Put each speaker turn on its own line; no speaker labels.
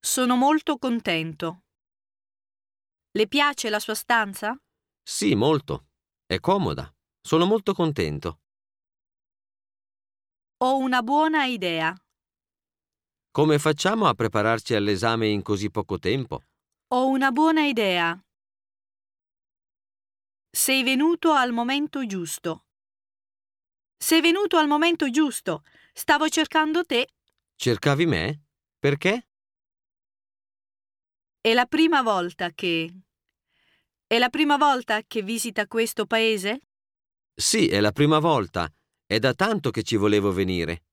Sono molto contento. Le piace la sua stanza?
Sì, molto. È comoda. Sono molto contento.
Ho una buona idea.
Come facciamo a prepararci all'esame in così poco tempo?
Ho una buona idea. Sei venuto al momento giusto. Sei venuto al momento giusto. Stavo cercando te.
Cercavi me? Perché?
È la prima volta che... È la prima volta che visita questo paese?
Sì, è la prima volta. È da tanto che ci volevo venire.